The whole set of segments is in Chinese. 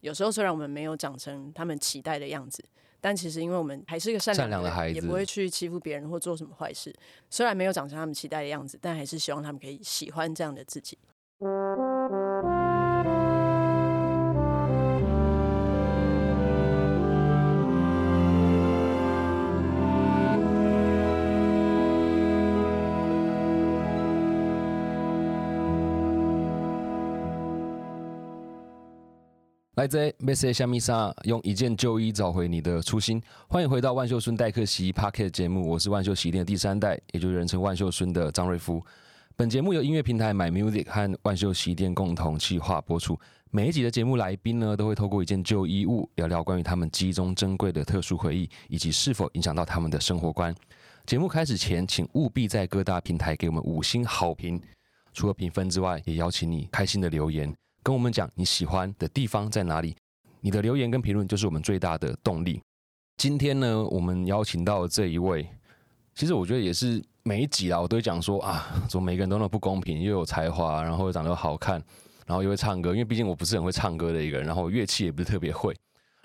有时候虽然我们没有长成他们期待的样子，但其实因为我们还是个善善良良的人孩也子不会去欺负别人或做什么坏事。虽然没有长成他们期待的样子，但还是希望他们可以喜欢这样的自己。来自 m e s s a 夏米莎，用一件旧衣找回你的初心。欢迎回到万秀孙代客洗衣 Pocket 节目，我是万秀洗衣店的第三代，也就是人称万秀孙的张瑞夫。本节目由音乐平台 My Music 和万秀洗衣店共同企划播出。每一集的节目来宾呢，都会透过一件旧衣物，聊聊关于他们记忆中珍贵的特殊回忆，以及是否影响到他们的生活观。节目开始前，请务必在各大平台给我们五星好评。除了评分之外，也邀请你开心的留言，跟我们讲你喜欢的地方在哪里。你的留言跟评论就是我们最大的动力。今天呢，我们邀请到的这一位，其实我觉得也是每一集啊，我都会讲说啊，怎么每个人都那么不公平，又有才华，然后又长得又好看，然后又会唱歌，因为毕竟我不是很会唱歌的一个人，然后乐器也不是特别会。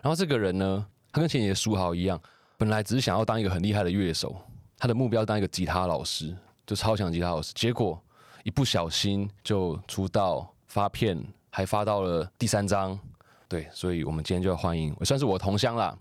然后这个人呢，他跟前几的书豪一样，本来只是想要当一个很厉害的乐手，他的目标当一个吉他老师，就超强吉他老师，结果一不小心就出道发片，还发到了第三张。对，所以我们今天就要欢迎，也算是我的同乡啦，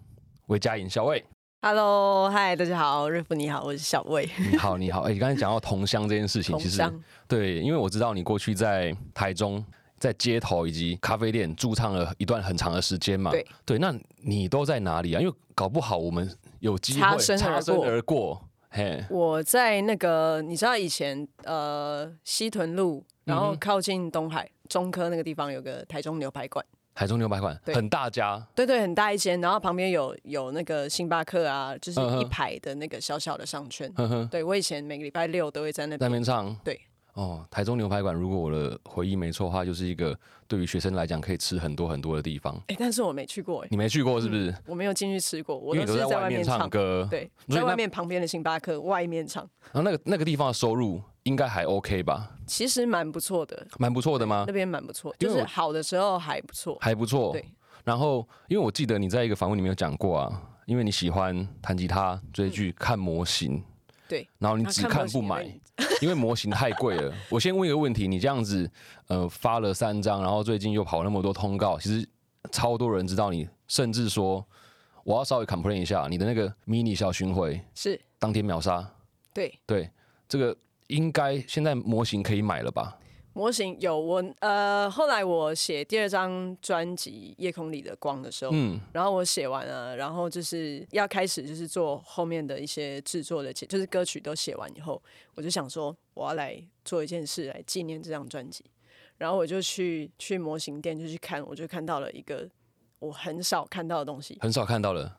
魏佳莹小 魏。 Hello，嗨，大家好，瑞夫你好，我是小魏，你好，你好。哎、你刚才讲到同乡这件事情，同其实乡。对，因为我知道你过去在台中。在街头以及咖啡店驻唱了一段很长的时间嘛，对那你都在哪里啊？因为搞不好我们有机会擦身而擦身过而过，嘿，我在那个你知道以前呃西屯路，然嗯后哼靠近东海、中科那个地方有个台中牛排馆，台中牛排馆对很大家，对对，很大一间，然后旁边有有那个星巴克啊，就是嗯哼一排的那个小小的商圈。呵呵，对我以前每个礼拜六都会在那在那边。边唱。对，哦，台中牛排馆，如果我的回忆没错的话，就是一个对于学生来讲可以吃很多很多的地方。哎，但是我没去过，哎，你没去过是不是？我没有进去吃过，我因为你是在在外面唱唱。歌。对，所以在那外面旁边的星巴克外面唱，然后那个那个地方的收入应该还 OK 吧，其实蛮不错的，蛮不错的吗那？边蛮不错，啊因就为是我好的时候还不错。还不错。对。然后，因为我记得你在一个访问里面有讲过啊，因为你喜欢弹吉他、追剧、看模型。嗯对。然后你啊只看看模不型也买被你，因为模型太贵 了。我先问一个问题，你这样子呃发了三张，然后最近又跑那么多通告，其实超多人知道你，甚至说我要稍微 complain 一下，你的那个 mini 小巡回是，当天秒杀，对，对这个应该现在模型可以买了吧？模型有我呃，后来我写第二张专辑《夜空里的光》的时候，嗯，然后我写完了，然后就是要开始就是做后面的一些制作的，就是歌曲都写完以后，我就想说我要来做一件事来纪念这张专辑，然后我就去去模型店就去看，我就看到了一个我很少看到的东西，《很少看到了。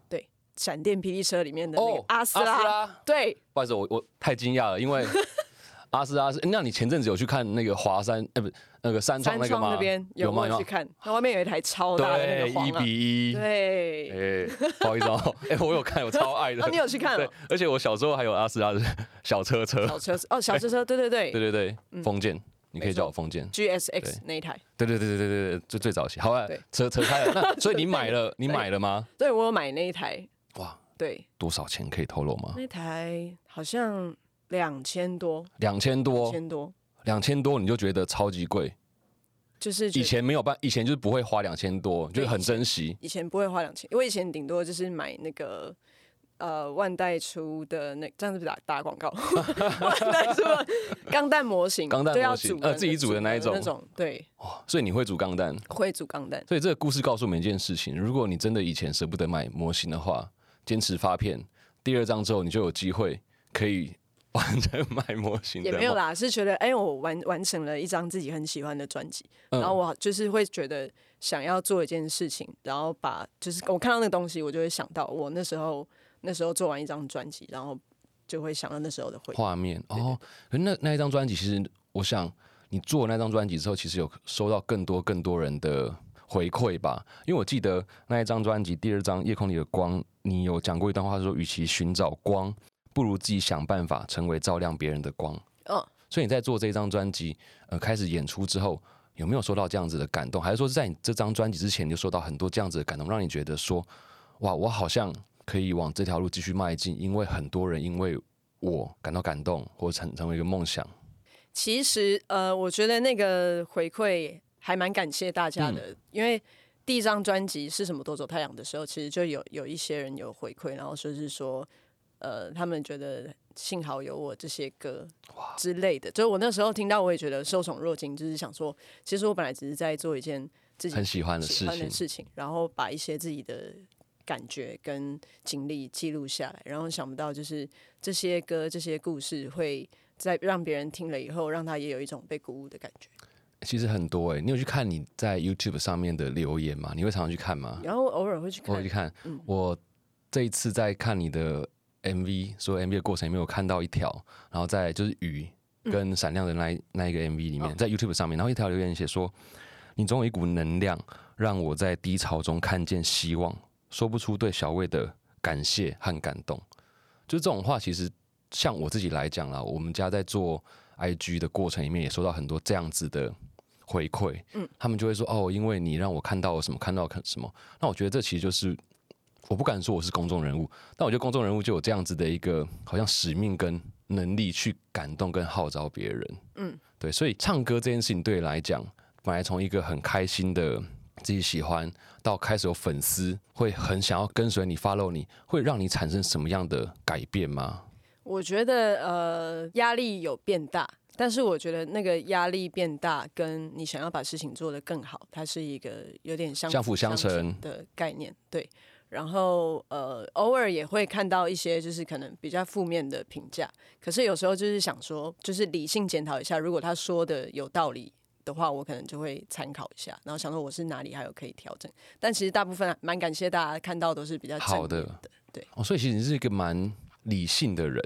闪电霹雳车》里面的那个阿斯拉，哦阿斯拉对，不好意思，我我太惊讶了，因 为阿斯拉是，那你前阵子有去看那个华山，呃，不，那个三创山那个窗吗？那边有我吗？有有去吗？看，那外面有一台超大的那对个，黄一啊，比一。对。哎，不好意思哦， 哎，我有看，我超爱的哦，。你有去看了对？，而且我小时候还有阿斯拉的小车车，小车子哦，小车车，对对对对对对，封建，你可以没错叫我封建。 ，GSX 那一台，对对对对对对，最最早期。好啊对，扯扯开了。 那所以你买了，你对买了吗？对我有买那一台，哇，对，多少钱可以透露吗？那一台好像两千多，两千两多，千多，两千多你就觉得超级贵。就是觉以得前没有办，以前就是不会花两千多，就是很珍惜。以前不会花两千，因为以前顶多就是买那个。呃，万代出的那这样子打打广 告，万代出的钢弹模型，钢弹对模要型组呃自己组组的那一种那种，对，所以你会煮钢弹，会组钢弹，所以这个故事告诉我们一件事情：如果你真的以前舍不得买模型的话，坚持发片，第二张之后你就有机会可以完成买模型的也梦。没有啦，是觉得哎、我完完成了一张自己很喜欢的专辑，然后我就是会觉得想要做一件事情，然后把就是我看到那个东西，我就会想到我那时候那时候做完一张专辑，然后就会想到那时候的回忆。画面哦。可是那那一张专辑，其实我想你做那张专辑之后，其实有收到更多更多人的回馈吧？因为我记得那一张专辑第二张《夜空里的光》，你有讲过一段话说，与其寻找光，不如自己想办法成为照亮别人的光。嗯，所以你在做这张专辑，呃，开始演出之后，有没有受到这样子的感动？还是说在你这张专辑之前你就受到很多这样子的感动，让你觉得说，哇，我好像可以往这条路继续迈进，因为很多人因为我感到感动，或成成为一个梦想。其实呃，我觉得那个回馈还蛮感谢大家的，因为第一张专辑是什么《夺走太阳》的时候，其实就有有一些人有回馈，然后说是说，呃，他们觉得幸好有我这些歌之类的。就是我那时候听到，我也觉得受宠若惊，就是想说，其实我本来只是在做一件自己很喜欢的喜事欢的情，事情，然后把一些自己的感觉跟经历记录下来，然后想不到就是这些歌、这些故事会在让别人听了以后，让他也有一种被鼓舞的感觉。其实很多哎、你有去看你在 YouTube 上面的留言吗？你会常常去看吗？然后偶尔会去我看会去，看。嗯我这一次在看你的 MV，所有 MV 的过程里面，我看到一条，然后在就是雨跟闪亮的那一那一个 MV 里面，在 YouTube 上面，然后一条留言写说：“你总有一股能量，让我在低潮中看见希望，说不出对小魏的感谢和感动。”就是这种话，其实像我自己来讲啦，我们家在做 IG 的过程里面，也收到很多这样子的回馈。嗯，他们就会说：“哦，因为你让我看到了什么，看到了什么。”那我觉得这其实就是，我不敢说我是公众人物，但我觉得公众人物就有这样子的一个好像使命跟能力去感动跟号召别人。嗯，对，所以唱歌这件事情对你来讲，本来从一个很开心的。自己喜欢到开始有粉丝，会很想要跟随你、follow 你，会让你产生什么样的改变吗？我觉得呃压力有变大，但是我觉得那个压力变大跟你想要把事情做得更好，它是一个有点相相辅相成的概念，对。然后呃偶尔也会看到一些就是可能比较负面的评价，可是有时候就是想说，就是理性检讨一下，如果他说的有道理。的话，我可能就会参考一下，然后想说我是哪里还有可以调整。但其实大部分蛮感谢大家看到都是比较呃正好面的的，对，哦，所以其实你是一个蛮理性的人，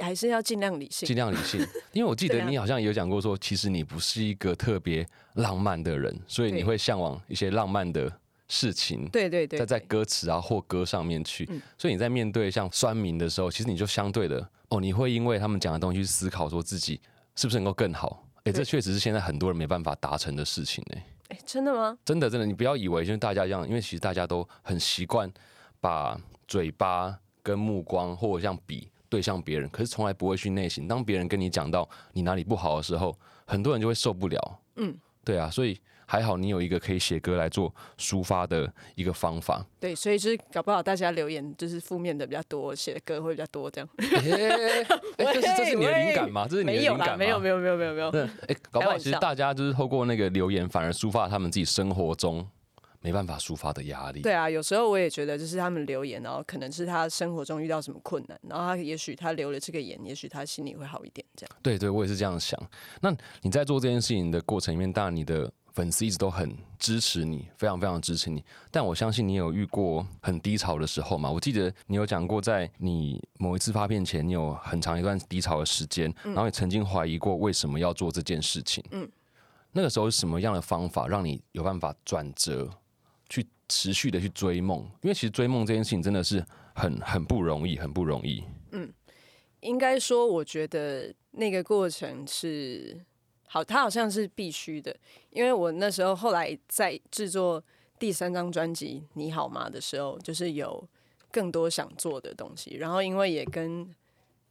还是要尽量理性尽。量理 性。因为我记对得啊你好像有讲过说，其实你不是一个特别浪漫的人，所以你对会向往一些浪漫的事情，对对对嗯在在对歌词啊或歌上面去。所以你在面对像酸民的时候，其实你就相对的哦，你会因为他们讲的东西去思考，说自己是不是能够更好。哎、这对确实是现在很多人没办法达成的事情哎、哎，真的吗？真的真的，你不要以为就是大家一样，因为其实大家都很习惯把嘴巴跟目光或者像笔对向别人，可是从来不会去内心。当别人跟你讲到你哪里不好的时候，很多人就会受不了。嗯，对啊，所以还好你有一个可以写歌来做抒发的一 个方法。对，所以就是搞不好大家留言就是负面的比较多，写的歌会比较多这样。哎、哎这是这是你的灵感吗？这是你的没灵有感吗？啦，没有没有没有没有没有。 那哎、搞不开好玩其实笑大家就是透过那个留言，反而抒发他们自己生活中没办法抒发的压力。对啊，有时候我也觉得就是他们留言，然后可能是他生活中遇到什么困难，然后他也许他留了这个言，也许他心里会好一点这样。对对，我也是这样想。那你在做这件事情的过程里面，当然你的粉丝一直都很支持你，非常非常支持你。但我相信你有遇过很低潮的时候嘛？我记得你有讲过，在你某一次发片前，你有很长一段低潮的时间，然后也曾经怀疑过为什么要做这件事情。嗯，那个时候是什么样的方法让你有办法转折，去持续的去追梦？因为其实追梦这件事情真的是很很不容易，很不容易。应该说，我觉得那个过程是好，它好像是必须的，因为我那时候后来在制作第三张专辑《你好吗》的时候，就是有更多想做的东西，然后因为也跟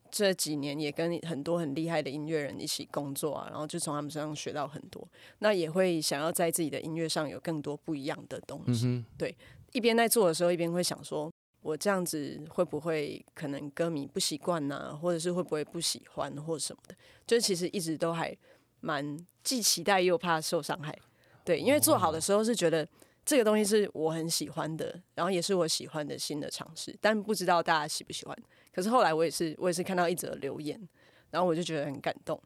这几年也跟很多很厉害的音乐人一起工作啊，然后就从他们身上学到很多，那也会想要在自己的音乐上有更多不一样的东西。哼，一边在做的时候，一边会想说，我这样子会不会可能歌迷不习惯呐，或者是会不会不喜欢或什么的，就其实一直都还蛮既期待又怕受伤害。对，因为做好的时候是觉得这个东西是我很喜欢的，然后也是我喜欢的新的尝试，但不知道大家喜不喜欢。可是后来我也是我也是看到一则留言，然后我就觉得很感动。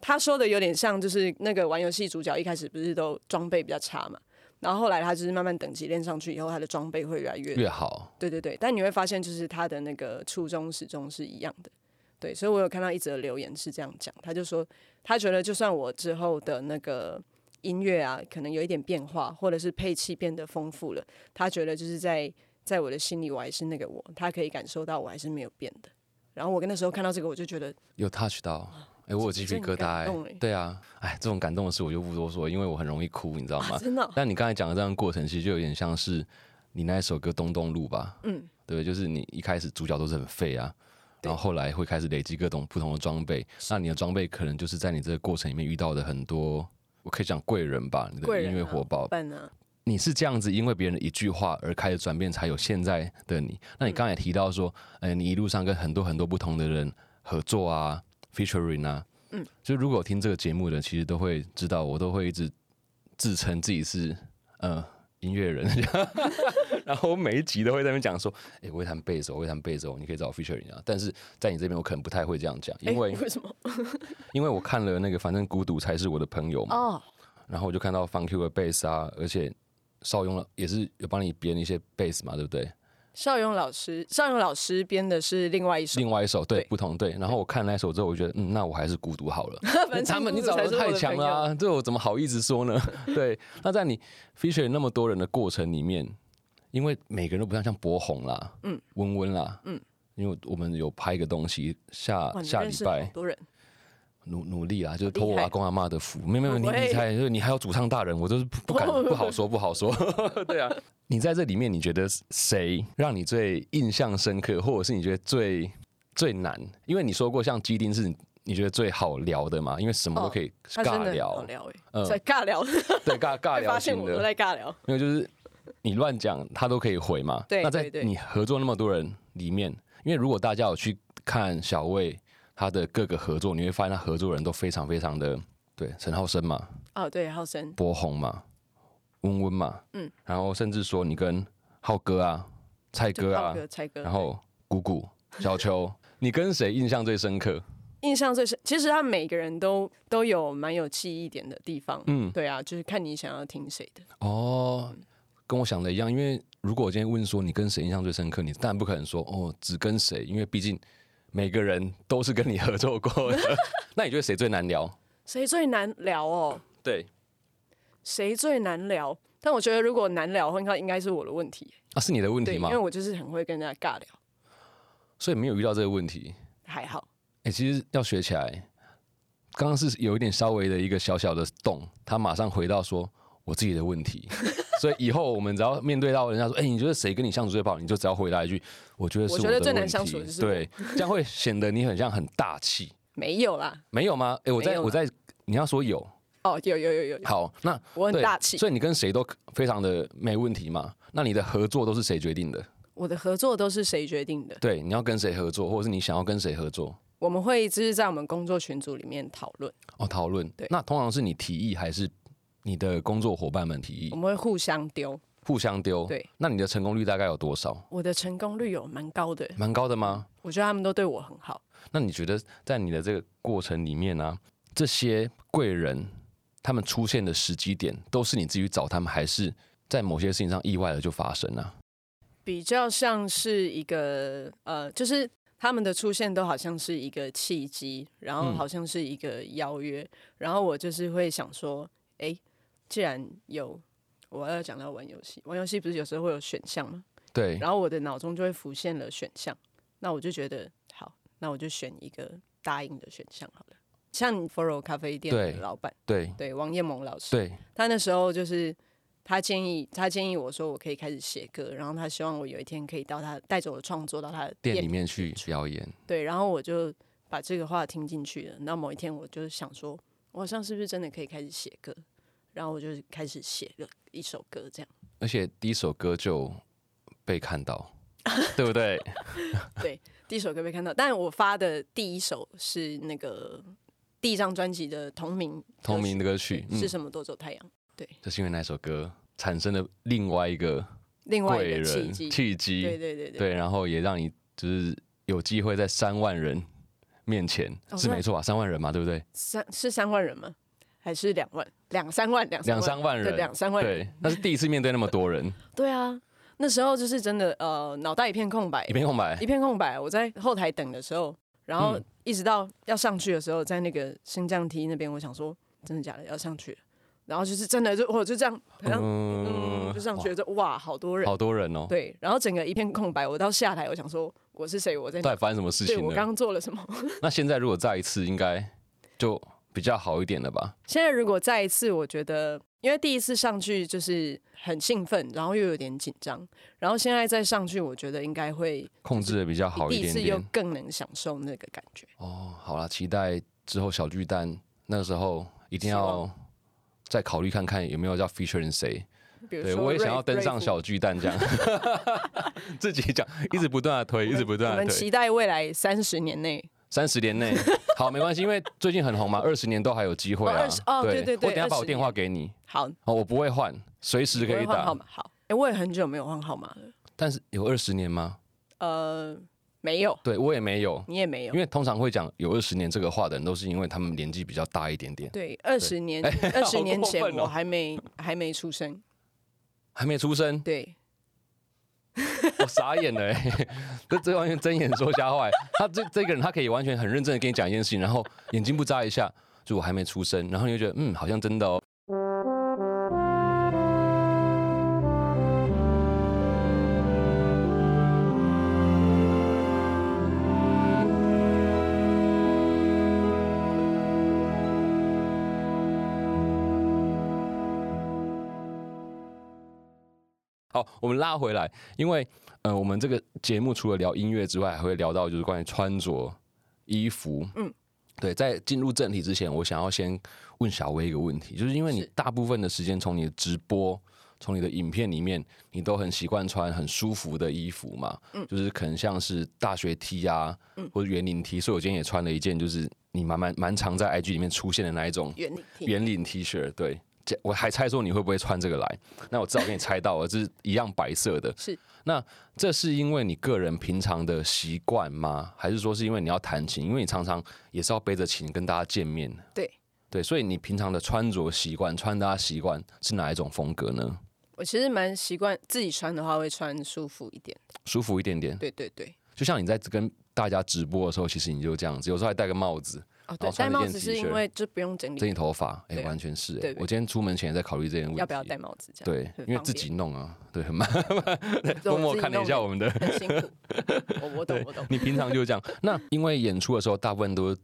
他说的有点像，就是那个玩游戏主角一开始不是都装备比较差嘛，然后后来他就是慢慢等级练上去以后，他的装备会越来越越好。对对对，但你会发现，就是他的那个初衷始终是一样的。对，所以我有看到一则留言是这样讲，他就说他觉得，就算我之后的那个音乐啊，可能有一点变化，或者是配器变得丰富了，他觉得就是在在我的心里，我还是那个我，他可以感受到我还是没有变的。然后我跟那时候看到这个，我就觉得啊有 touch 到，哎、我有鸡皮这疙瘩、很感动哎欸，对啊，哎，这种感动的事我就不多说，因为我很容易哭，你知道吗啊、？真的哦、但你刚才讲的这样的过程，其实就有点像是你那一首歌《东东路》吧？嗯，对，就是你一开始主角都是很废啊，对然后后来会开始累积各种不同的装备。那你的装备可能就是在你这个过程里面遇到的很多，我可以讲贵人吧，你贵的人音乐啊火爆。办呢、你是这样子，因为别人的一句话而开始转变，才有现在的你。那你刚才也提到说，呃，你一路上跟很多很多不同的人合作啊，featuring 啊，嗯，就如果有听这个节目的人，其实都会知道，我都会一直自称自己是呃音乐人， 然后我每一集都会在那边讲说，诶，我会弹贝斯，我会弹贝斯，你可以找我 featuring 啊。但是在你这边，我可能不太会这样讲，哎因为 为什么？因为我看了那个，反正孤独才是我的朋友嘛，哦，然后我就看到 Funk 的 bass 啊，而且邵雍也是有帮你编一些 bass 嘛，对不对？邵勇老师，邵勇老师编的是另外一首，另外一首对对不同对，然后我看那首之后，我觉得嗯，那我还是孤独好 了。反正他们孤你独找才 的是我太的强朋了友啊、这我怎么好意思说呢？对，那在你 feature 那么多人的过程里面，因为每个人都不像像博宏啦，嗯，温温啦，嗯，因为我们有拍一个东西，下哇哦你下认礼识拜好多人，努努力啊，就是好厉托我害阿公阿妈的福。没有没有，不你会厉害，就是你还有主唱大人，我都是不 不敢不好说不好说。 对啊，你在这里面，你觉得谁让你最印象深刻，或者是你觉得最最难？因为你说过，像基丁是你你觉得最好聊的嘛，因为什么都哦可以他真的尬很聊，好聊哎、嗯在尬聊， 对尬尬被聊发现型我都的，在尬聊。因为就是你乱讲，他都可以回嘛。对那在对对你合作那么多人里面，因为如果大家有去看小魏他的各个合作，你会发现他合作人都非常非常的对，陈浩生嘛，哦，对，浩森，博宏嘛，温温嘛，嗯，然后甚至说你跟浩哥啊、蔡就哥浩啊，哥、蔡哥，然后姑姑、小秋，你跟谁印象最深刻？印象最深，其实他每个人都都有蛮有记忆点的地方。嗯嗯，对啊，就是看你想要听谁的。哦，跟我想的一样，因为如果我今天问说你跟谁印象最深刻，你当然不可能说哦只跟谁，因为毕竟每个人都是跟你合作 过的。那你觉得谁最难聊？谁最难聊哦？对谁最难聊？但我觉得如果难聊，应该应该是我的问题。啊，是你的问对，题因吗为？我就是很会跟人家尬聊，所以没有遇到这个问题。还好。哎、其实要学起来，刚刚是有一点稍微的一个小小的洞，他马上回到说我自己的问 题。所以以后我们只要面对到人家说，哎、你觉得谁跟你相处最不好，你就只要回答一句，我觉得是我我觉的得问题。最难相处的就是我对，这样会显得你很像很大气，没有啦，没有吗？哎、我没在有我在，你要说有，哦，有有有有有，好，那我很对大气。所以你跟谁都非常的没问题嘛。那你的合作都是谁决定的？我的合作都是谁决定的？对，你要跟谁合作，或者是你想要跟谁合作？我们会就是在我们工作群组里面讨论，哦，讨论。对那通常是你提议还是你的工作伙伴们提议我？们会互相丢。互相丢。对。那你的成功率大概有多少？我的成功率有蛮高的，蛮高的吗？我觉得他们都对我很好。那你觉得在你的这个过程里面呢、啊这些贵人他们出现的时机点，都是你自己去找他们，还是在某些事情上意外的就发生了、比较像是一个呃，就是他们的出现都好像是一个契机，然后嗯好像是一个邀约，然后我就是会想说，哎、既然有我要讲到玩游戏，玩游戏不是有时候会有选项吗？对，然后我的脑中就会浮现了选项，那我就觉得好，那我就选一个答应的选项好了。像你 Foro 咖啡店对的老板，对，对王彦萌老师，对，他那时候就是他建议，他建议我说我可以开始写歌，然后他希望我有一天可以到他带着我的创作到他的店里面去表演。对，然后我就把这个话听进去了。那某一天我就想说，我好像是不是真的可以开始写歌？然后我就开始写了一首歌，这样而且第一首歌就被 看到，对不对？第一首歌被看到，但我发的第一首是那个第一张专辑的同名歌曲同名的歌曲，是嗯，什么夺走太阳？就是因为那首歌产生了另外一个另外一贵个契人机，契机，对对对对，对，然后也让你就是有机会在三万人面前、哦是那没错吧？啊三万人嘛，对不对？三是三万人吗？还是两万？两三万？两两万三万对人，两三万人对，那是第一次面对那么 多人，对啊，那时候就是真的，呃，脑袋一片空白一，片空白一。片空白。我在后台等的时候，然后嗯一直到要上去的时候，在那个升降梯那边，我想说，真的假的要上去了，然后就是真的就我就这样，然后嗯嗯，就上去哇了，就哇，好多人，好多人哦。对，然后整个一片空白。我到下台，我想说我是谁，我在到哪，底发生什么事对情我呢？刚做了什么？那现在如果再一次，应该就比较好一点了吧？现在如果再一次，我觉得，因为第一次上去就是很兴奋，然后又有点紧张，然后现在再上去，我觉得应该会控制的比较好第一一点次又点。更能享受那个感觉。哦，好啦，期待之后小巨蛋那个时候一定希要望再考虑看看有没有要 featuring 谁。比如对，说我也想要瑞登上。瑞夫小巨蛋这样， 自己讲，一直不断的推，一直不我断的们推，期待未来三十年内，三十年内，好，没关系，因为最近很红嘛，二十年都还有机会哦啊20。哦对对对我等一下把我20电话给你，好，哦，我不会换，随时我可会以换号打，码。好，哎，我也很久没有换号码了。但是有二十年吗？呃，没有，对我也没有，你也没有因。为通常会讲有二十年这个话的人，都是因为他们年纪比较大一点点，对，二十年，二 十年前哦我还没还没出生。还没出生，对，我傻眼了、欸，这这完全睁眼说瞎话欸、他这这个人，他可以完全很认真的跟你讲一件事情，然后眼睛不眨一下，就我还没出生，然后你就觉得嗯，好像真的哦。好，我们拉回来，因为呃，我们这个节目除了聊音乐之外，还会聊到就是关于穿着、衣服。嗯嗯，对，在进入正题之前，我想要先问小薇一个问题，就是因为你是大部分的时间从你的直播、从你的影片里面，你都很习惯穿很舒服的衣服嘛，嗯，就是可能像是大学 T 啊，或者圆领 T，所以我今天也穿了一件，就是你蛮蛮蛮常在 IG 里面出现的那一种圆领 T，圆领 T 恤，对。这我还猜说你会不会穿这个来，那我至少给你猜到了，这 是一样白色的。是，那这是因为你个人平常的习惯吗？还是说是因为你要弹琴？因为你常常也是要背着琴跟大家见面。对对，所以你平常的穿着习惯、穿搭习惯是哪一种风格呢？我其实蛮习惯自己穿的话会穿舒服一点。舒服一点点，对对对，就像你在跟大家直播的时候，其实你就这样子，有时候还戴个帽子，哦然对后，戴穿了帽一件子 T 是因恤为就不用整整理，理头发，哎、对啊完全是、哎对对我今天出门前也在考虑这件问题，要不要戴帽子这样？对，很因为方自便己弄啊，对，很慢。我默 默自己看了一弄下的我们的很辛苦。我我懂 对我懂，你平常就这样。那因为演出的时候，大部分都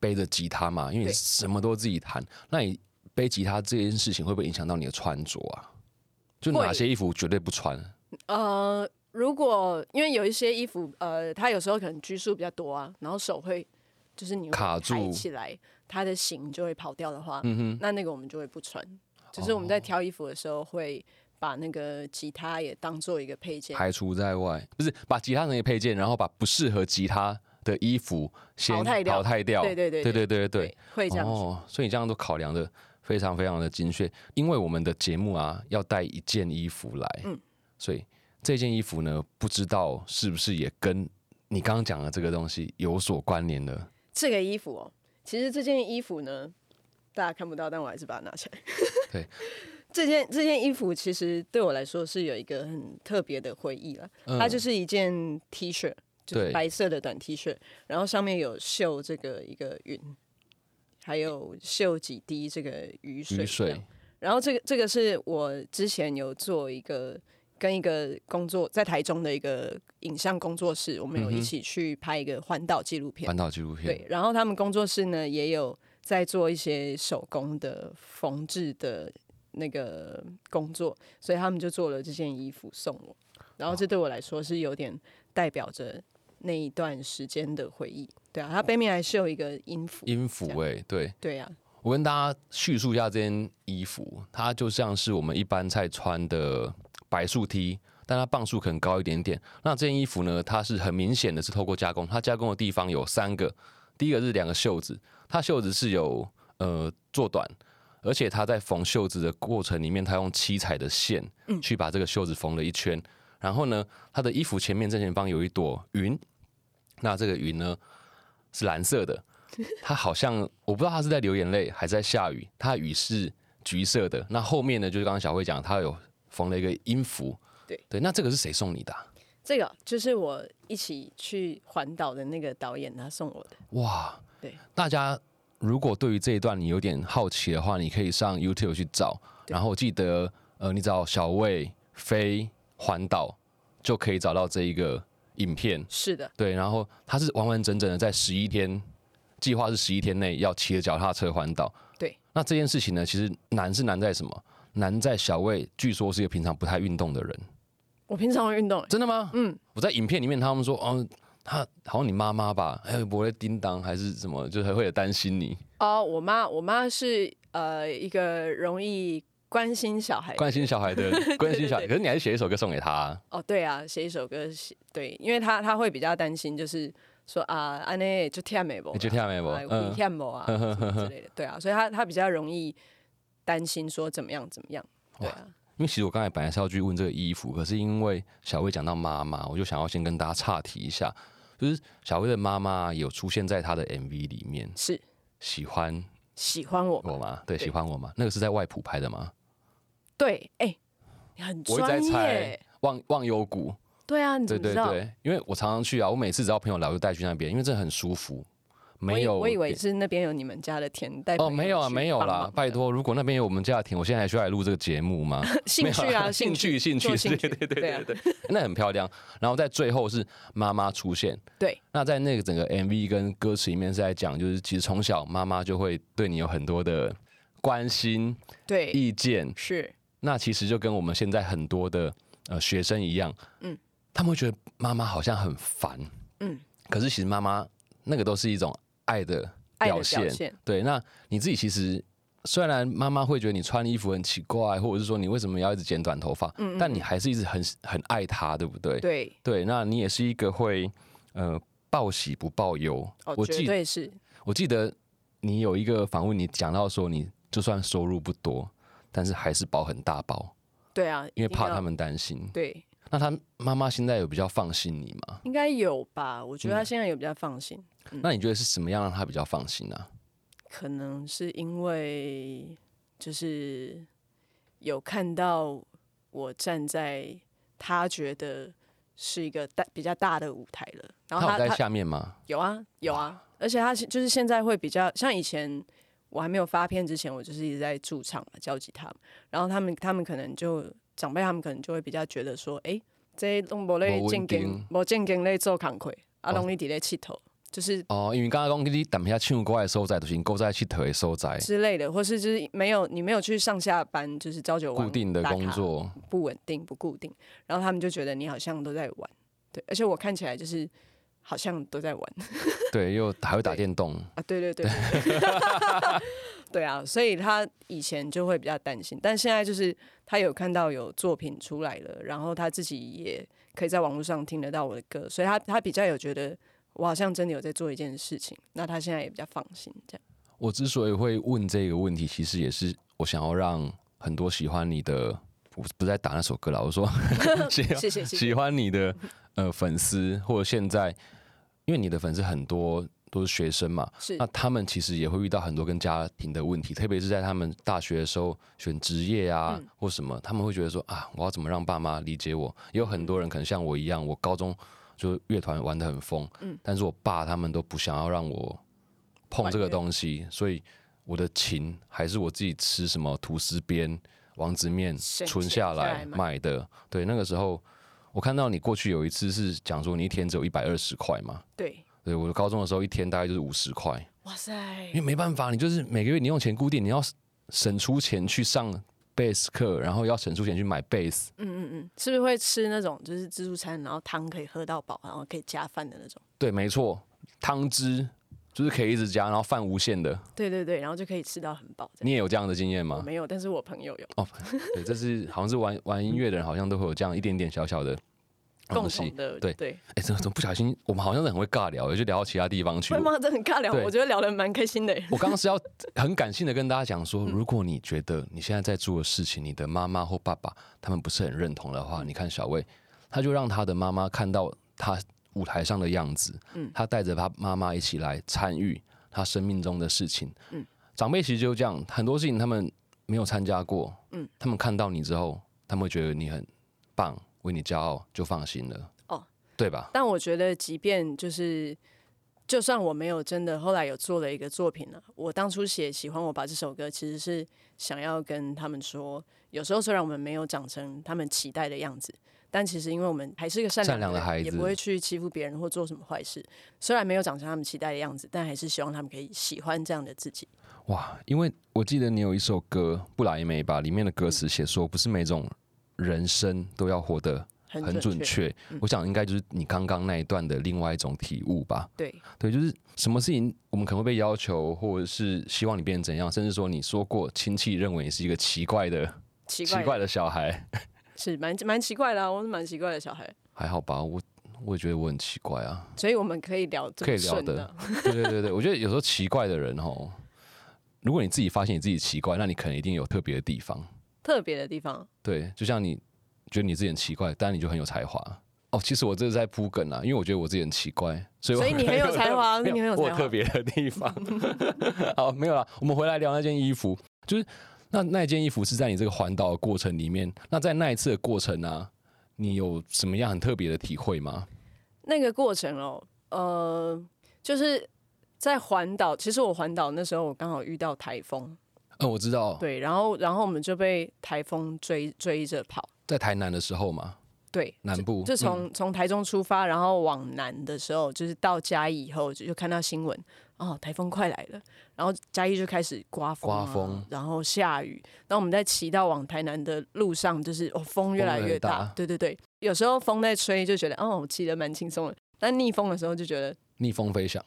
背着吉他嘛，因为你对什么都自己弹。那你背吉他这件事情会不会影响到你的穿着啊？就会哪些衣服绝对不穿？啊呃，如果因为有一些衣服，呃，它有时候可能拘束比较多啊，然后手会就是你会卡抬住起来，它的型就会跑掉的话，嗯哦那那个我们就会不穿。就是我们在挑衣服的时候，会把那个吉他也当做一个配哼，件，排除在外，不是把吉他那些配件，然后把不适合吉他的衣服先淘汰掉淘汰掉。对对对对对对对对，会这样子。哦，所以你这样都考量的非常非常的精确，因为我们的节目啊要带一件衣服来，嗯所以这件衣服呢，不知道是不是也跟你刚刚讲的这个东西有所关联的？这个衣服哦，其实这件衣服呢，大家看不到，但我还是把它拿起来。 对，这件这件衣服其实对我来说是有一个很特别的回忆了。嗯它就是一件 T 恤，就是对白色的短 T 恤，然后上面有绣这个一个云，还有绣几滴这个雨水。雨水。然后这个这个是我之前有做一个跟一个工作在台中的一个影像工作室，我们有嗯一哼起去拍一个环岛纪录片。翻到纪录片，对，然后他们工作室呢也有在做一些手工的缝制的那个工作，所以他们就做了这件衣服送我。然后这对我来说是有点代表着那一段时间的回忆。对啊，它背面还是有一个音符。音符哎、对对啊，我跟大家叙述一下这件衣服，它就像是我们一般在穿的白素 T。但它磅数可能高一点点。那这件衣服呢，它是很明显的是透过加工，它加工的地方有三个，第一个是两个袖子，它袖子是有呃做短，而且它在缝袖子的过程里面，它用七彩的线去把这个袖子缝了一圈。然后呢，它的衣服前面正前方有一朵云，那这个云呢是蓝色的，它好像我不知道它是在流眼泪还是在下雨，它的雨是橘色的。那后面呢，就是刚刚小慧讲，它有缝了一个音符。对对，那这个是谁送你的啊、这个就是我一起去环岛的那个导演他送我的。哇，对，大家如果对于这一段你有点好奇的话，你可以上 YouTube 去找，对然后记得呃，你找小魏飞环岛就可以找到这一个影片。是的，对，然后它是完完整整的在十一天计划是十一天内要骑着脚踏车环岛。对，那这件事情呢，其实难是难在什么？难在小魏据说是一个平常不太运动的人。我平常会运动、欸，真的吗？嗯，我在影片里面他们说，哦，他好像你妈妈吧，哎、不会叮当还是什么，就是还会有担心你，哦，我妈，我妈是呃一个容易关心小孩的关心小孩的，关心小孩。可是你还是写一首歌送给他、哦，对啊，写一首歌，写对，因为她她会比较担心，就是说啊，安内就跳没哦不，啊你就听没有？会嗯，跳没 啊什么之类的，对啊，所以她她比较容易担心说怎么样怎么样，对啊，因为其实我刚才本来是要去问这个衣服，可是因为小魏讲到妈妈，我就想要先跟大家岔题一下，就是小魏的妈妈有出现在他的 MV 里面，是喜欢喜欢我我吗？吗？对，对喜欢我吗？那个是在外埔拍的吗？对，哎、你很我一直在专业猜欸，忘忘忧谷。对啊，你怎对么对知道？对，因为我常常去啊，我每次只要朋友来，我就带去那边，因为这很舒服，我没以有我以为是那边有你们家的田带哦，朋友没有啊，去没有帮啦忙，拜的，托，如果那边有我们家的田，我现在还需要来录这个节目吗？ 兴趣啊， 兴趣，趣，兴趣，做兴趣对对对对啊对对，那很漂亮。然后在最后是妈妈出现，对，那在那个整个 MV 跟歌词里面是在讲，就是其实从小妈妈就会对你有很多的关心、对，意见，是那其实就跟我们现在很多的呃学生一样，嗯，他们会觉得妈妈好像很烦，嗯嗯，可是其实妈妈那个都是一种爱的爱的表表现，现对。那你自己其实虽然妈妈会觉得你穿衣服很奇怪，或者是说你为什么要一直剪短头发，但你还是一直很很爱她，对不对？嗯对，对，那你也是一个会呃报喜不报忧，哦，我绝记对是我记得你有一个访问，你讲到说你就算收入不多，但是还是包很大包。对啊，因为一定怕要他们担心。对，那他妈妈现在有比较放心你吗？应该有吧？我觉嗯得他现在有比较放心，那你觉得是什么样让他比较放心呢、啊可能是因为就是有看到我站在他觉得是一个大比较大的舞台了，然后他有在他下面吗？有啊，有啊，而且他是就是现在会比较像以前，我还没有发片之前，我就是一直在驻唱嘛，教吉他嘛，然后他们他们可能就长辈他们可能就会比较觉得说，诶，这弄无咧没正稳定经，无正经咧做工课，啊，哦拢你伫咧佚佗，就是哦，因为刚刚讲你等一下唱歌的收窄，就是够在去腿的收窄，之类的，或是就是没有你没有去上下班，就是朝九晚固五定的打工卡作，不稳定不固定，然后他们就觉得你好像都在玩，对，而且我看起来就是好像都在玩。 对，又还会打对电动，啊，对对对，对 啊，所以他以前就会比较担心，但现在就是他有看到有作品出来了，然后他自己也可以在网络上听得到我的歌，所以他他比较有觉得我好像真的有在做一件事情，那他现在也比较放心，这 样我之所以会问这个问题，其实也是我想要让很多喜欢你的，我不是在打那首歌了，我说喜欢谢谢谢谢喜欢你的呃粉丝，或者现在，因为你的粉丝很多都是学生嘛，是那他们其实也会遇到很多跟家庭的问题，特别是在他们大学的时候选职业啊、嗯或什么，他们会觉得说啊，我要怎么让爸妈理解我？也有很多人可能像我一样，我高中就乐团玩的很疯，嗯但是我爸他们都不想要让我碰这个东西，所以我的琴还是我自己吃什么吐司边、王子面省存钱下下来来买买的。对，那个时候我看到你过去有一次是讲说你一天只有一百二十块嘛。对，对，我高中的时候一天大概就是五十块，哇因塞，为没办法，你就是每个月你用钱固定，你要省出钱去上贝斯课，然后要省出钱去买贝斯。是不是会吃那种就是自助餐，然后汤可以喝到饱，然后可以加饭的那种？对，没错，汤汁就是可以一直加，然后饭无限的。对对对，然后就可以吃到很饱。这样你也有这样的经验我吗？没有，但是我朋友有哦，对，这是好像是玩玩音乐的人，好像都会有这样一点点小小的共东西同。的，哦对对，哎，怎么怎么不小心，我们好像是很会尬聊，就聊到其他地方去会。吗？这很尬聊，对我觉得聊得蛮开心的耶。我刚刚是要很感性的跟大家讲说，如果你觉得你现在在做的事情，你的妈妈或爸爸他们不是很认同的话，你看小魏，他就让他的妈妈看到他舞台上的样子，他带着他妈妈一起来参与他生命中的事情，长辈其实就这样，很多事情他们没有参加过，他们看到你之后，他们会觉得你很棒，为你骄傲，就放心了，哦，对吧？但我觉得，即便就是就算我没有真的后来有做了一个作品呢、啊我当初写《喜欢我吧》这首歌，其实是想要跟他们说，有时候虽然我们没有长成他们期待的样子，但其实因为我们还是个善善良良的人孩也子不会去欺负别人或做什么坏事。虽然没有长成他们期待的样子，但还是希望他们可以喜欢这样的自己。哇，因为我记得你有一首歌《不来梅》吧，里面的歌嗯词写说，不是每种人生都要活得很很准确，嗯确。我想应该就是你刚刚那一段的另外一种体悟吧。对， 对，就是什么事情我们可能会被要求，或者是希望你变成怎样，甚至说你说过亲戚认为你是一个奇怪的奇奇怪怪的小孩，是蛮蛮奇怪的、啊，我是蛮奇怪的小孩，还好吧？我我也觉得我很奇怪啊。所以我们可以聊这可以么聊顺的。对对对对，我觉得有时候奇怪的人哦，如果你自己发现你自己奇怪，那你可能一定有特别的地方。特别的地方。对，就像你觉得你自己很奇怪，但你就很有才华。哦，其实我这是在铺梗啊，因为我觉得我自己很奇怪，所以我 所以你很有才华没你很有才华我特别的地方。 好，没有啦，我们回来聊那件衣服，就是那那件衣服是在你这个环岛的过程里面，那在那一次的过程啊，你有什么样很特别的体会吗？那个过程哦，呃，就是在环岛，其实我环岛那时候我刚好遇到台风，嗯，我知道，对，然后然后我们就被台风追追着跑，在台南的时候嘛，对，南部就嗯从从台中出发，然后往南的时候，就是到嘉义以后，就就看到新闻，哦，台风快来了，然后嘉义就开始刮风、啊刮风，然后下雨，然后我们在骑到往台南的路上，就是哦，风越来风越越大，大对对对，有时候风在吹就觉得哦，骑得蛮轻松的，但逆风的时候就觉得逆风飞翔。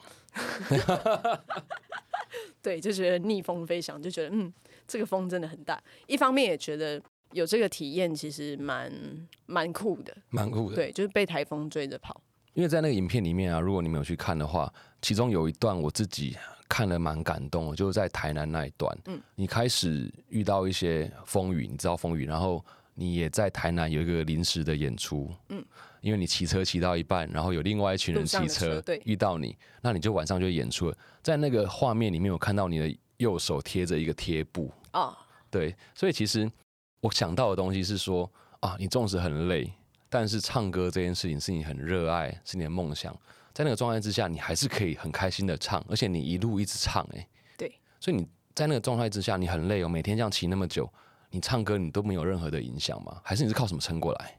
对，就觉得逆风飞翔，就觉得嗯，这个风真的很大，一方面也觉得有这个体验其实蛮蛮酷的，蛮酷的，对，就是被台风追着跑。因为在那个影片里面啊，如果你们有去看的话，其中有一段我自己看了蛮感动的，就是在台南那一段，嗯，你开始遇到一些风雨，你知道风雨，然后你也在台南有一个临时的演出，嗯，因为你骑车骑到一半，然后有另外一群人路上骑的车车对遇到你，那你就晚上就演出了，在那个画面里面有看到你的右手贴着一个贴布，哦，对，所以其实我想到的东西是说啊，你纵使很累，但是唱歌这件事情是你很热爱，是你的梦想，在那个状态之下，你还是可以很开心的唱，而且你一路一直唱、欸，对，所以你在那个状态之下，你很累哦，每天这样骑那么久，你唱歌你都没有任何的影响吗？还是你是靠什么撑过来？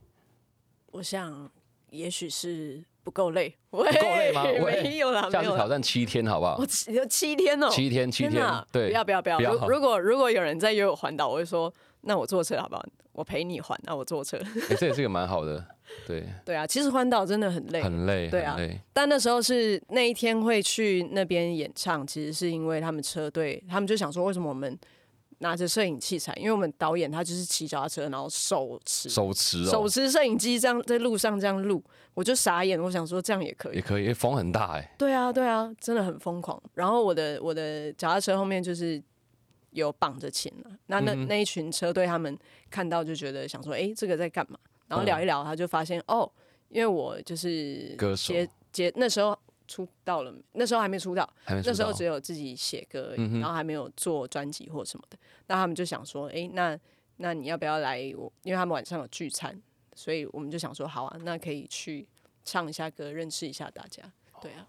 我想，也许是不够累，不够累吗喂没有啦，下啊没次有挑啦，战七天好不好我？七有七天哦、七天，七天天哪，对，不要不要不要。不要如如果如果有人在约我环岛，我会说，那我坐车好不好？我陪你环，那我坐车。 欸这也是个蛮好的，对，对啊，其实环岛真的很累，很累，对啊很累，但那时候是那一天会去那边演唱，其实是因为他们车队，他们就想说，为什么我们拿着摄影器材？因为我们导演他就是骑脚踏车，然后手持手持哦，手持摄影机这样在路上这样录，我就傻眼，我想说这样也可以也。可以，欸风很大哎、对啊，对啊，真的很疯狂。然后我的我的脚踏车后面就是有绑着琴了、那嗯那、那一群车队他们看到就觉得想说，哎、这个在干嘛？然后聊一聊，他就发现、哦，因为我就是嗯歌手结结那时候出道了，那时候还没出道，还没出那时候道嗯只有自己写歌而已，然后还没有做专辑或什么的。那他们就想说，哎、那那你要不要来我？因为他们晚上有聚餐，所以我们就想说，好啊，那可以去唱一下歌，认识一下大家。对啊，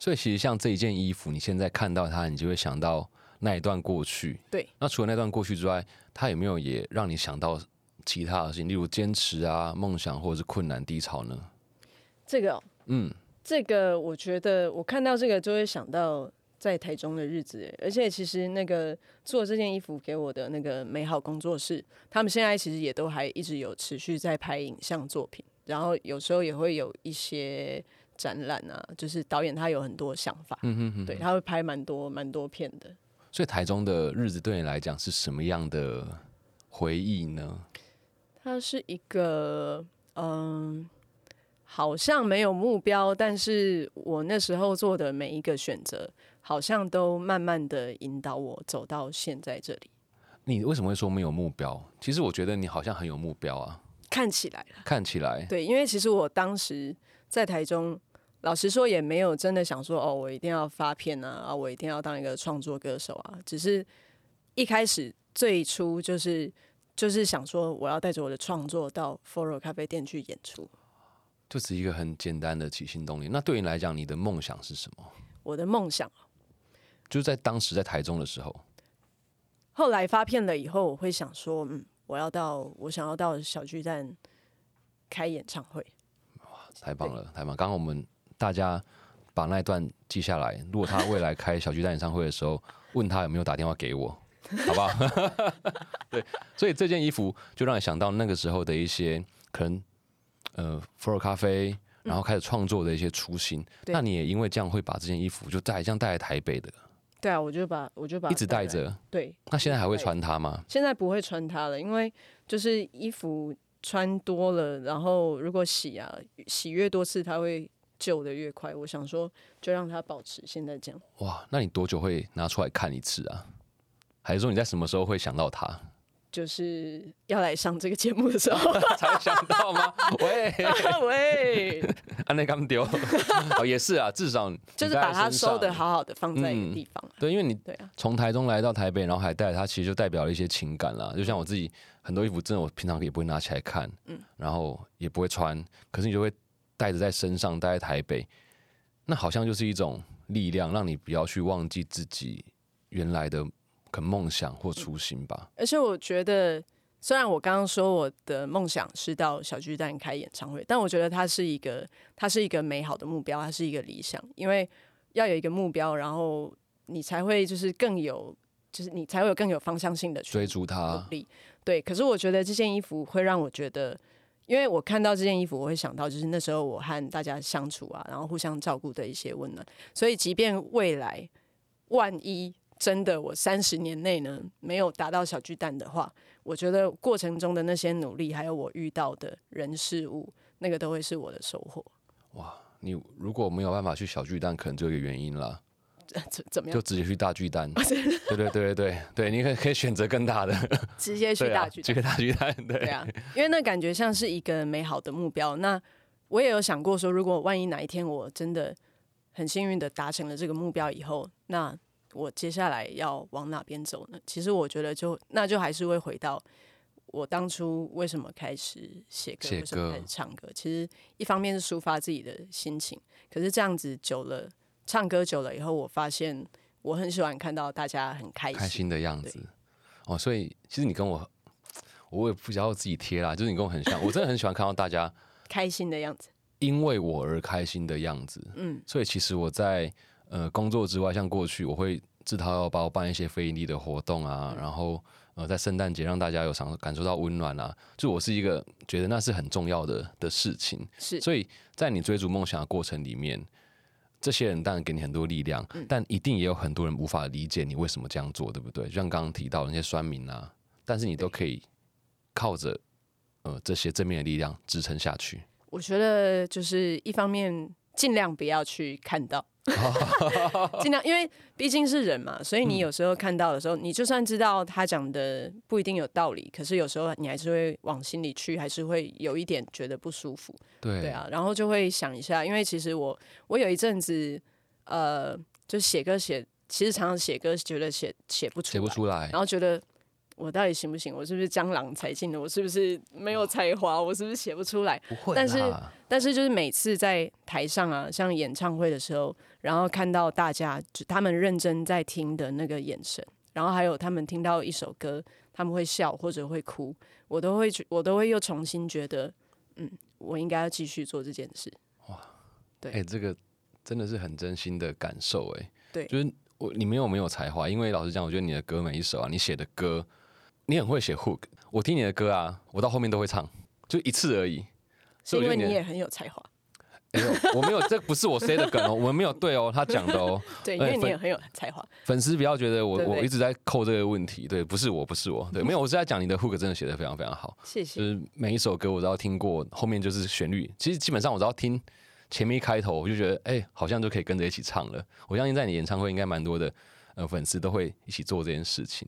所以其实像这一件衣服，你现在看到它，你就会想到那一段过去。对，那除了那段过去之外，它有没有也让你想到其他的事情，例如坚持啊、梦想或者是困难、低潮呢？这个、哦，嗯，这个我觉得我看到这个就会想到在台中的日子耶，而且其实那个做这件衣服给我的那个美好工作室，他们现在其实也都还一直有持续在拍影像作品，然后有时候也会有一些展览啊，就是导演他有很多想法，嗯嗯嗯，对，他会拍蛮多蛮多片的。所以台中的日子对你来讲是什么样的回忆呢？它是一个嗯，好像没有目标，但是我那时候做的每一个选择，好像都慢慢的引导我走到现在这里。你为什么会说没有目标？其实我觉得你好像很有目标啊，看起来啦，看起来对，因为其实我当时在台中，老实说也没有真的想说哦，我一定要发片啊，啊，我一定要当一个创作歌手啊，只是一开始最初就是。就是想说，我要带着我的创作到 Foro 咖啡店去演出。就是一个很简单的起心动念。那对你来讲，你的梦想是什么？我的梦想。就是在当时在台中的时候，后来发片了以后，我会想说，嗯，我要到我想要到小巨蛋开演唱会。太棒了，太棒！刚刚我们大家把那一段记下来，如果他未来开小巨蛋演唱会的时候，问他有没有打电话给我， 好 不好？对，所以这件衣服就让你想到那个时候的一些可能，呃，福尔咖啡，然后开始创作的一些初心。嗯对那你也因为这样会把这件衣服就带这样带来台北的，对啊，我就把我就把一直它带来。着。对，那现在还会穿它吗？现在不会穿它了，因为就是衣服穿多了，然后如果洗啊洗越多次，它会旧的越快。我想说，就让它保持现在这样。哇，那你多久会拿出来看一次啊？还是说你在什么时候会想 到它？就是要来上这个节目的时 候，才会想到吗？喂，喂，安内刚 丢，哦，也是啊，至少你就是带在把它身上嗯收的。好好的放在一个地方啊。对，因为你对啊，从台中来到台北，然后还带它，其实就代表了一些情感啦。就像我自己，很多衣服真的我平常也不会拿起来看，嗯然后也不会穿，可是你就会带着在身上，带在台北，那好像就是一种力量，让你不要去忘记自己原来的可能梦想或初心吧。而且我觉得，虽然我刚刚说我的梦想是到小巨蛋开演唱会，但我觉得它是一个，它是一个美好的目标，它是一个理想，因为要有一个目标，然后你才会就是更有，就是你才会有更有方向性的去追逐它努，力。对，可是我觉得这件衣服会让我觉得，因为我看到这件衣服，我会想到就是那时候我和大家相处啊，然后互相照顾的一些温暖。所以，即便未来万一真的我三十年内呢没有达到小巨蛋的话，我觉得过程中的那些努力，还有我遇到的人事物，那个都会是我的收获。你如果没有办法去小巨蛋，可能就有一个原因啦。怎怎么就样？直接去大巨蛋。 对对对对对对，你可以可以选择更大的，直接哦去对啊大巨蛋去。大巨蛋，对对啊， 因为那感觉像是一个美好的目标。那我也有想过说，如果万一哪一天我真的很幸运的达成了这个目标以后，那我接下来要往哪边走呢？其实我觉得就那就还是会回到我当初为什么开始写歌，写为什么歌开始唱歌。其实一方面是抒发自己的心情，可是这样子久了，唱歌久了以后，我发现我很喜欢看到大家很开心。开心的样子。哦，所以其实你跟我，我也不知道自己贴啦，就是你跟我很像，我真的很喜欢看到大家开心的样子，因为我而开心的样子。嗯，所以其实我在呃工作之外，像过去我会自掏腰包办一些非盈利的活动啊，嗯然后呃在圣诞节让大家有尝感受到温暖啊，就我是一个觉得那是很重要的的事情。是所以在你追逐梦想的过程里面，这些人当然给你很多力量，嗯但一定也有很多人无法理解你为什么这样做，对不对？就像刚刚提到的那些酸民啊，但是你都可以靠着呃这些正面的力量支撑下去。我觉得就是一方面尽量不要去看 到，尽量因为毕竟是人嘛，所以嗯你有时候看到的时候，你就算知道他讲的不一定有道理，可是有时候你还是会往心里去，还是会有一点觉得不舒服。对对，啊，然后就会想一下，因为其实我我有一阵子呃，就写歌写，其实常常写歌觉得写写不出写来不，出来然，后觉得我到底行不行？我是不是江郎才尽了？我是不是没有才华？我是不是写不出来？不会但是啦但是就是每次在台上啊，像演唱会的时候，然后看到大家就他们认真在听的那个眼神，然后还有他们听到一首歌，他们会笑或者会哭，我都会觉我都会又重新觉得，嗯，我应该要继续做这件事。对哎、这个真的是很真心的感受、哎，对就是我你没有没有才华，因为老实讲，我觉得你的歌每一首啊，你写的歌，你很会写 hook，我听你的歌啊，我到后面都会唱，就一次而已。是所以因我为觉得你你也很有才华，哎呦，我没有，这不是我 say 的梗哦，我们没有对哦，他讲的 哦，对，因哎为你分也很有才华，粉丝不要觉得我对对嗯我一直在扣这个问题，对，不是我，不是我，对，没有，我是在讲你的 hook 真的写的非常非常好，谢就谢。是每一首歌我都要听过，后面就是旋律，其实基本上我只要听前面一开头，我就觉得哎、好像就可以跟着一起唱了。我相信在你演唱会应该蛮多的呃粉丝都会一起做这件事情。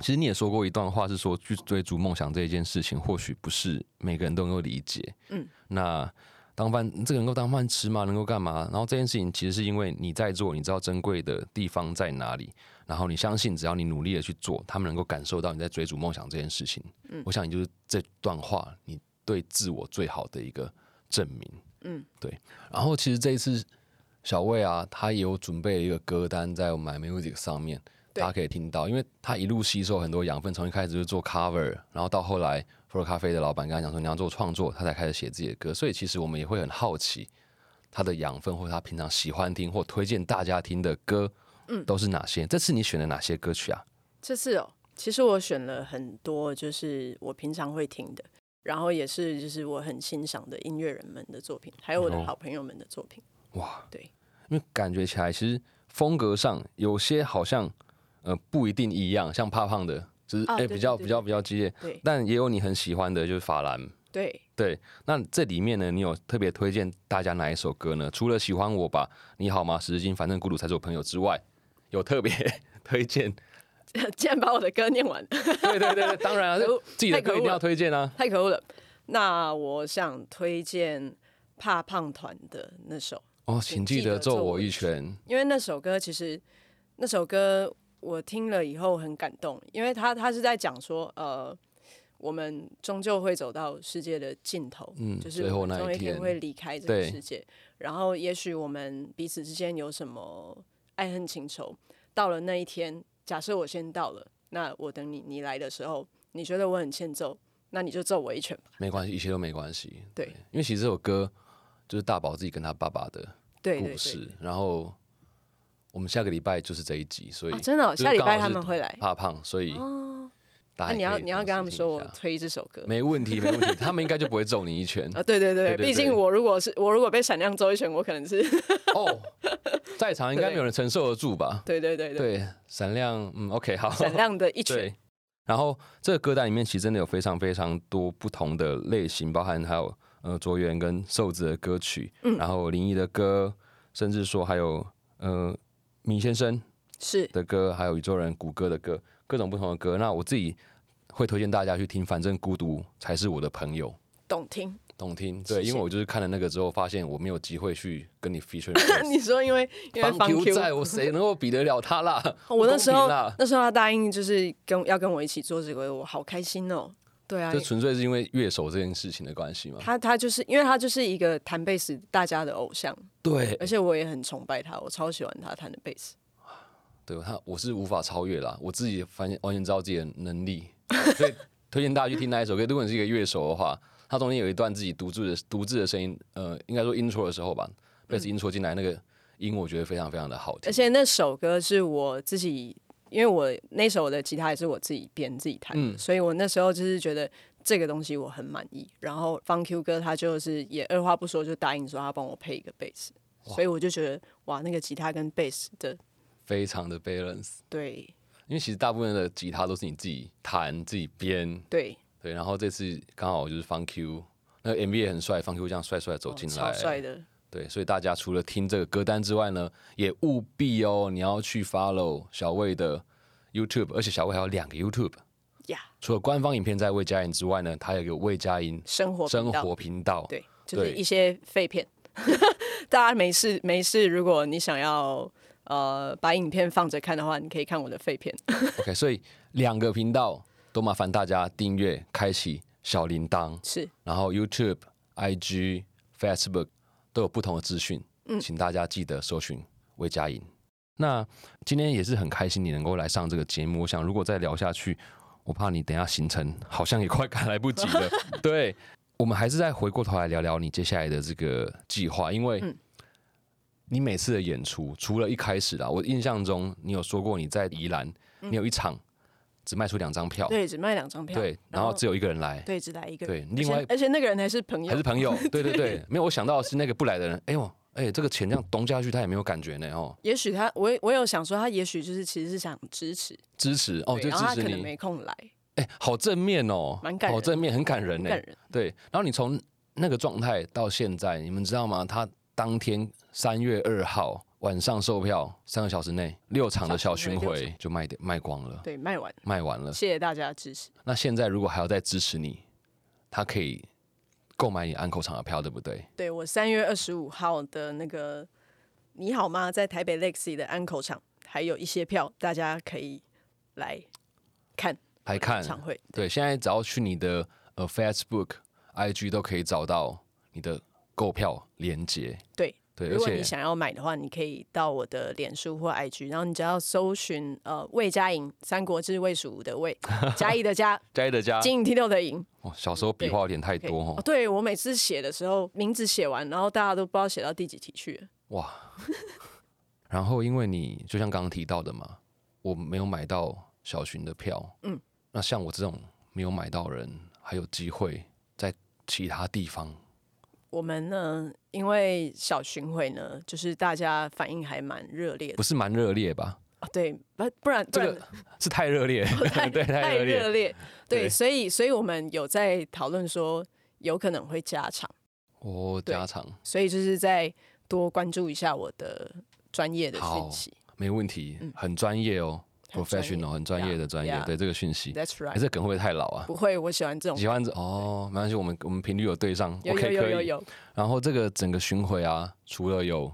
其实你也说过一段话，是说去追逐梦想这一件事情，或许不是每个人都能够理解。嗯，那当饭这个能够当饭吃吗？能够干嘛？然后这件事情其实是因为你在做，你知道珍贵的地方在哪里，然后你相信只要你努力的去做，他们能够感受到你在追逐梦想这件事情。嗯，我想你就是这段话，你对自我最好的一个证明。嗯，对。然后其实这一次小魏啊，他也有准备了一个歌单在我们 My Music 上面，对大家可以听到，因为他一路吸收很多养分，从一开始就是做 cover，然后到后来福尔咖啡的老板跟他讲说你要做创作，他才开始写自己的歌，所以其实我们也会很好奇他的养分或者他平常喜欢听或推荐大家听的歌，嗯，都是哪些？这次你选了哪些歌曲啊？这次哦，其实我选了很多，就是我平常会听的，然后也是就是我很欣赏的音乐人们的作品，还有我的哦好朋友们的作品。哇，对，因为感觉起来其实风格上有些好像呃不一定一样，像胖胖的，就是哎、啊对比较对对比较比较激烈，对但也有你很喜欢的，就是法兰。对，对，那这里面呢，你有特别推荐大家哪一首歌呢？除了《喜欢我吧》《你好吗》《十字金》《反正孤独才是我朋友》之外，有特别 推荐？ 竟然把我的歌念完，对对对，对当然啊，可恶自己的太可歌恶一定要推荐啊。太可恶了。那我想推荐怕胖团的那首，哦，请记得揍我一拳。因为那首歌其实那首歌我听了以后很感动，因为他他是在讲说，呃，我们终究会走到世界的尽头，嗯就是最后我们那一终有一天天会离开这个对世界，然后也许我们彼此之间有什么爱恨情仇，到了那一天，假设我先到了，那我等你你来的时候，你觉得我很欠揍，那你就揍我一拳吧，没关系，一切都没关系。对因为其实这首歌就是大宝自己跟他爸爸的对对故事，对。然后我们下个礼拜就是这一集，所以、啊，真的哦、就是下礼刚好拜他是们会来。怕胖，所以大那、家也你要可以你要跟他们尝试说，听一我下推这首歌。没问题，没问题，他们应该就不会揍你一拳。啊，对对对对，对毕对竟我如果是我如果被闪亮揍一拳，我可能是 哦，在场应该没有人承受得住吧？对对对对对，闪亮，嗯，OK，好，闪 亮的一拳，对。然后这个歌单里面其实真的有非常非常多不同的类型，包含还有呃卓源跟瘦子的歌曲，嗯然后林毅的歌，甚至说还有呃米先生是的歌，还有宇宙人谷歌的歌，各种不同的歌。那我自己会推荐大家去听，反正孤独才是我的朋友。懂听。懂听，对，谢谢因为我就是看了那个之后，发现我没有机会去跟你 feature 你你说因为因为方方 Q Q，哦在 我谁能够比得了他啦？我那时不公候平啦那时候他答应就是跟要跟我一起做这个，我好开心哦。对啊就，纯粹是因为乐手这件事情的关系嘛。他他就是因为他就是一个弹贝斯大家的偶像，对，而且我也很崇拜他，我超喜欢他弹的贝斯。对他我是无法超越啦，我自己发现完全知道自己的 能力，所以推荐大家去听那一首歌。如果你是一个乐手的话，它中间有一段自己独自的独自的声音，呃，应该说 intro 的时候吧，贝斯 intro 进来那个音，我觉得非常非常的好听嗯而。且那首歌是我自己，因为我那首的吉他也是我自己编自己弹嗯的，所以我那时候就是觉得这个东西我很满意。然后方 Q 哥他就是也二话不说就答应说他帮我配一个贝斯，所以我就觉得哇，那个吉他跟贝斯的非常的 balance，对因为其实大部分的吉他都是你自己弹自己编，对对，然后这次刚好就是方 Q，那个 MV 也很帅，方 Q 这样帅帅地走进来，哦超帅的，对，所以大家除了听这个歌单之外呢，也务必哦，你要去 follow 小魏的 YouTube，而且小魏还有两个 YouTube，呀除了官方影片在魏佳莹之外呢，他有一个魏佳莹生活生频道活频道，对，就是对一些废片。 大家没事没事，如果你想要呃把影片放着看的话，你可以看我的废片。 ，OK，所以两个频道都麻烦大家订阅、开启小铃铛，是然后 YouTube、IG、Facebook 都有不同的资讯，嗯请大家记得搜寻魏佳莹。那今天也是很开心你能够来上这个节目，我想如果再聊下去，我怕你等一下行程好像也快赶来不及了。 对，我们还是再回过头来聊聊你接下来的这个计划，因为嗯你每次的演出，除了一开始啦，我印象中你有说过你在宜兰，你有一场只卖出两张票，嗯对，只卖两张票。对，然后只有一个人来，对，只来一个人。对，另外而且而且那个人还是朋友，还是 朋友，对对对，没有，我想到的是那个不来的人，哎呦，哎，这个钱这样东下去，他也没有感觉呢，哦，也许他，我我有想说，他也许就是其实是想支持，支持哦，对就然后他支可持能你，没空来，哎，好正面哦，蛮感人好正面，很感人很呢，感人。对，然后你从那个状态到现在，你们知道吗？他当天三月二号晚上售票，三个小时内六场的小巡小巡回六回就卖掉卖光了，对，卖完，卖完了。谢谢大家的支持。那现在如果还要再支持你，他可以购买你安口场的票，对不对？对我三月二十五号的那个你好吗，在台北 Lexi 的安口场还有一些票，大家可以来看来看，场会。对，现在只要去你的呃 Facebook、IG 都可以找到你的购票链接。对对，而如果你且想要买的话，你可以到我的脸书或 IG，然后你只要搜寻呃魏佳莹，《三国志》魏蜀吴的 魏，嘉义的嘉，嘉义的家，晶莹剔透的莹。哦，小时候笔画有点太可以多哦哦，，对我每次写的时候，名字写完，然后大家都不知道写到第几题去了。哇。然后因为你就像刚刚提到的嘛，我没有买到小群的票，嗯，那像我这种没有买到的人，还有机会在其他地方我们呢，因为小巡回呢，就是大家反应还蛮热烈的不是蛮热烈吧？啊。对，不不然不这然个是太热烈， 对，哦太太热烈。烈，对，对所以所以我们有在讨论说有可能会加长，哦，对家常所以就是再多关注一下我的专业的好讯息。没问题嗯，很专业哦很专业，professional，很专业的专业 Yeah，。对这个讯息， That's 哎 right，这梗会不会太老啊？不会，我喜欢这种喜。欢这哦，没关系，我们我们频率有对上有有有，OK 有可以。有，然后这个整个巡回啊，除了有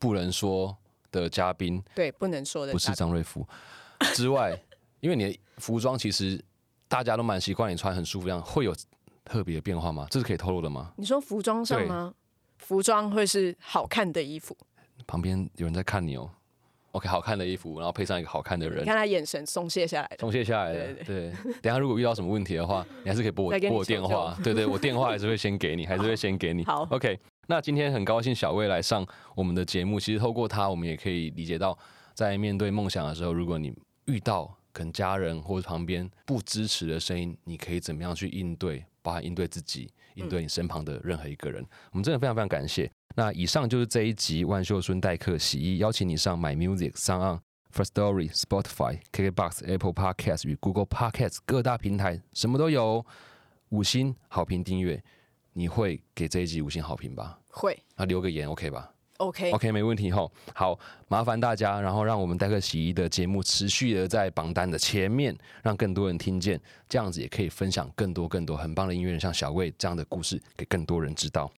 不能说的嘉宾对，不能说的不是大张瑞福之外，因为你的服装其实大家都蛮习惯你穿很舒服这样，会有特别的变化吗？这是可以透露的吗？你说服装上对吗？服装会是好看的衣服，旁边有人在看你哦。OK，好看的衣服，然后配上一个好看的人你，看他眼神松懈下来了。松懈下来对了。对，等一下如果遇到什么问题的话，你还是可以拨我再跟你拨我电话。对对，我电话还是会先给你，还是会先给你。好，OK。那今天很高兴小魏来上我们的节目，其实透过他，我们也可以理解到，在面对梦想的时候，如果你遇到可能家人或者旁边不支持的声音，你可以怎么样去应对，包含应对自己，应对你身旁的任何一个人。我们真的非常非常感谢。那以上就是这一集万秀孙代客洗衣，邀请你上 My Music 上岸。First Story、Spotify、KKBox、Apple Podcast 与 Google Podcast 各大平台什么都有哦，五星好评订阅，你会给这一集五星好评吧？会啊，留个言 OK 吧，OK， ？OK 没问题吼。好，麻烦大家，然后让我们代客洗衣的节目持续的在榜单的前面，让更多人听见，这样子也可以分享更多更多很棒的音乐人，像小魏这样的故事给更多人知道。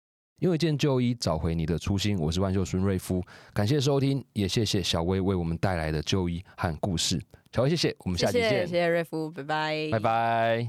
因为一件旧衣，找回你的初心。我是万秀孙瑞夫，感谢收听，也谢谢小薇为我们带来的旧衣和故事。小薇，谢谢，我们下谢期谢见，谢谢瑞夫，拜拜，拜拜。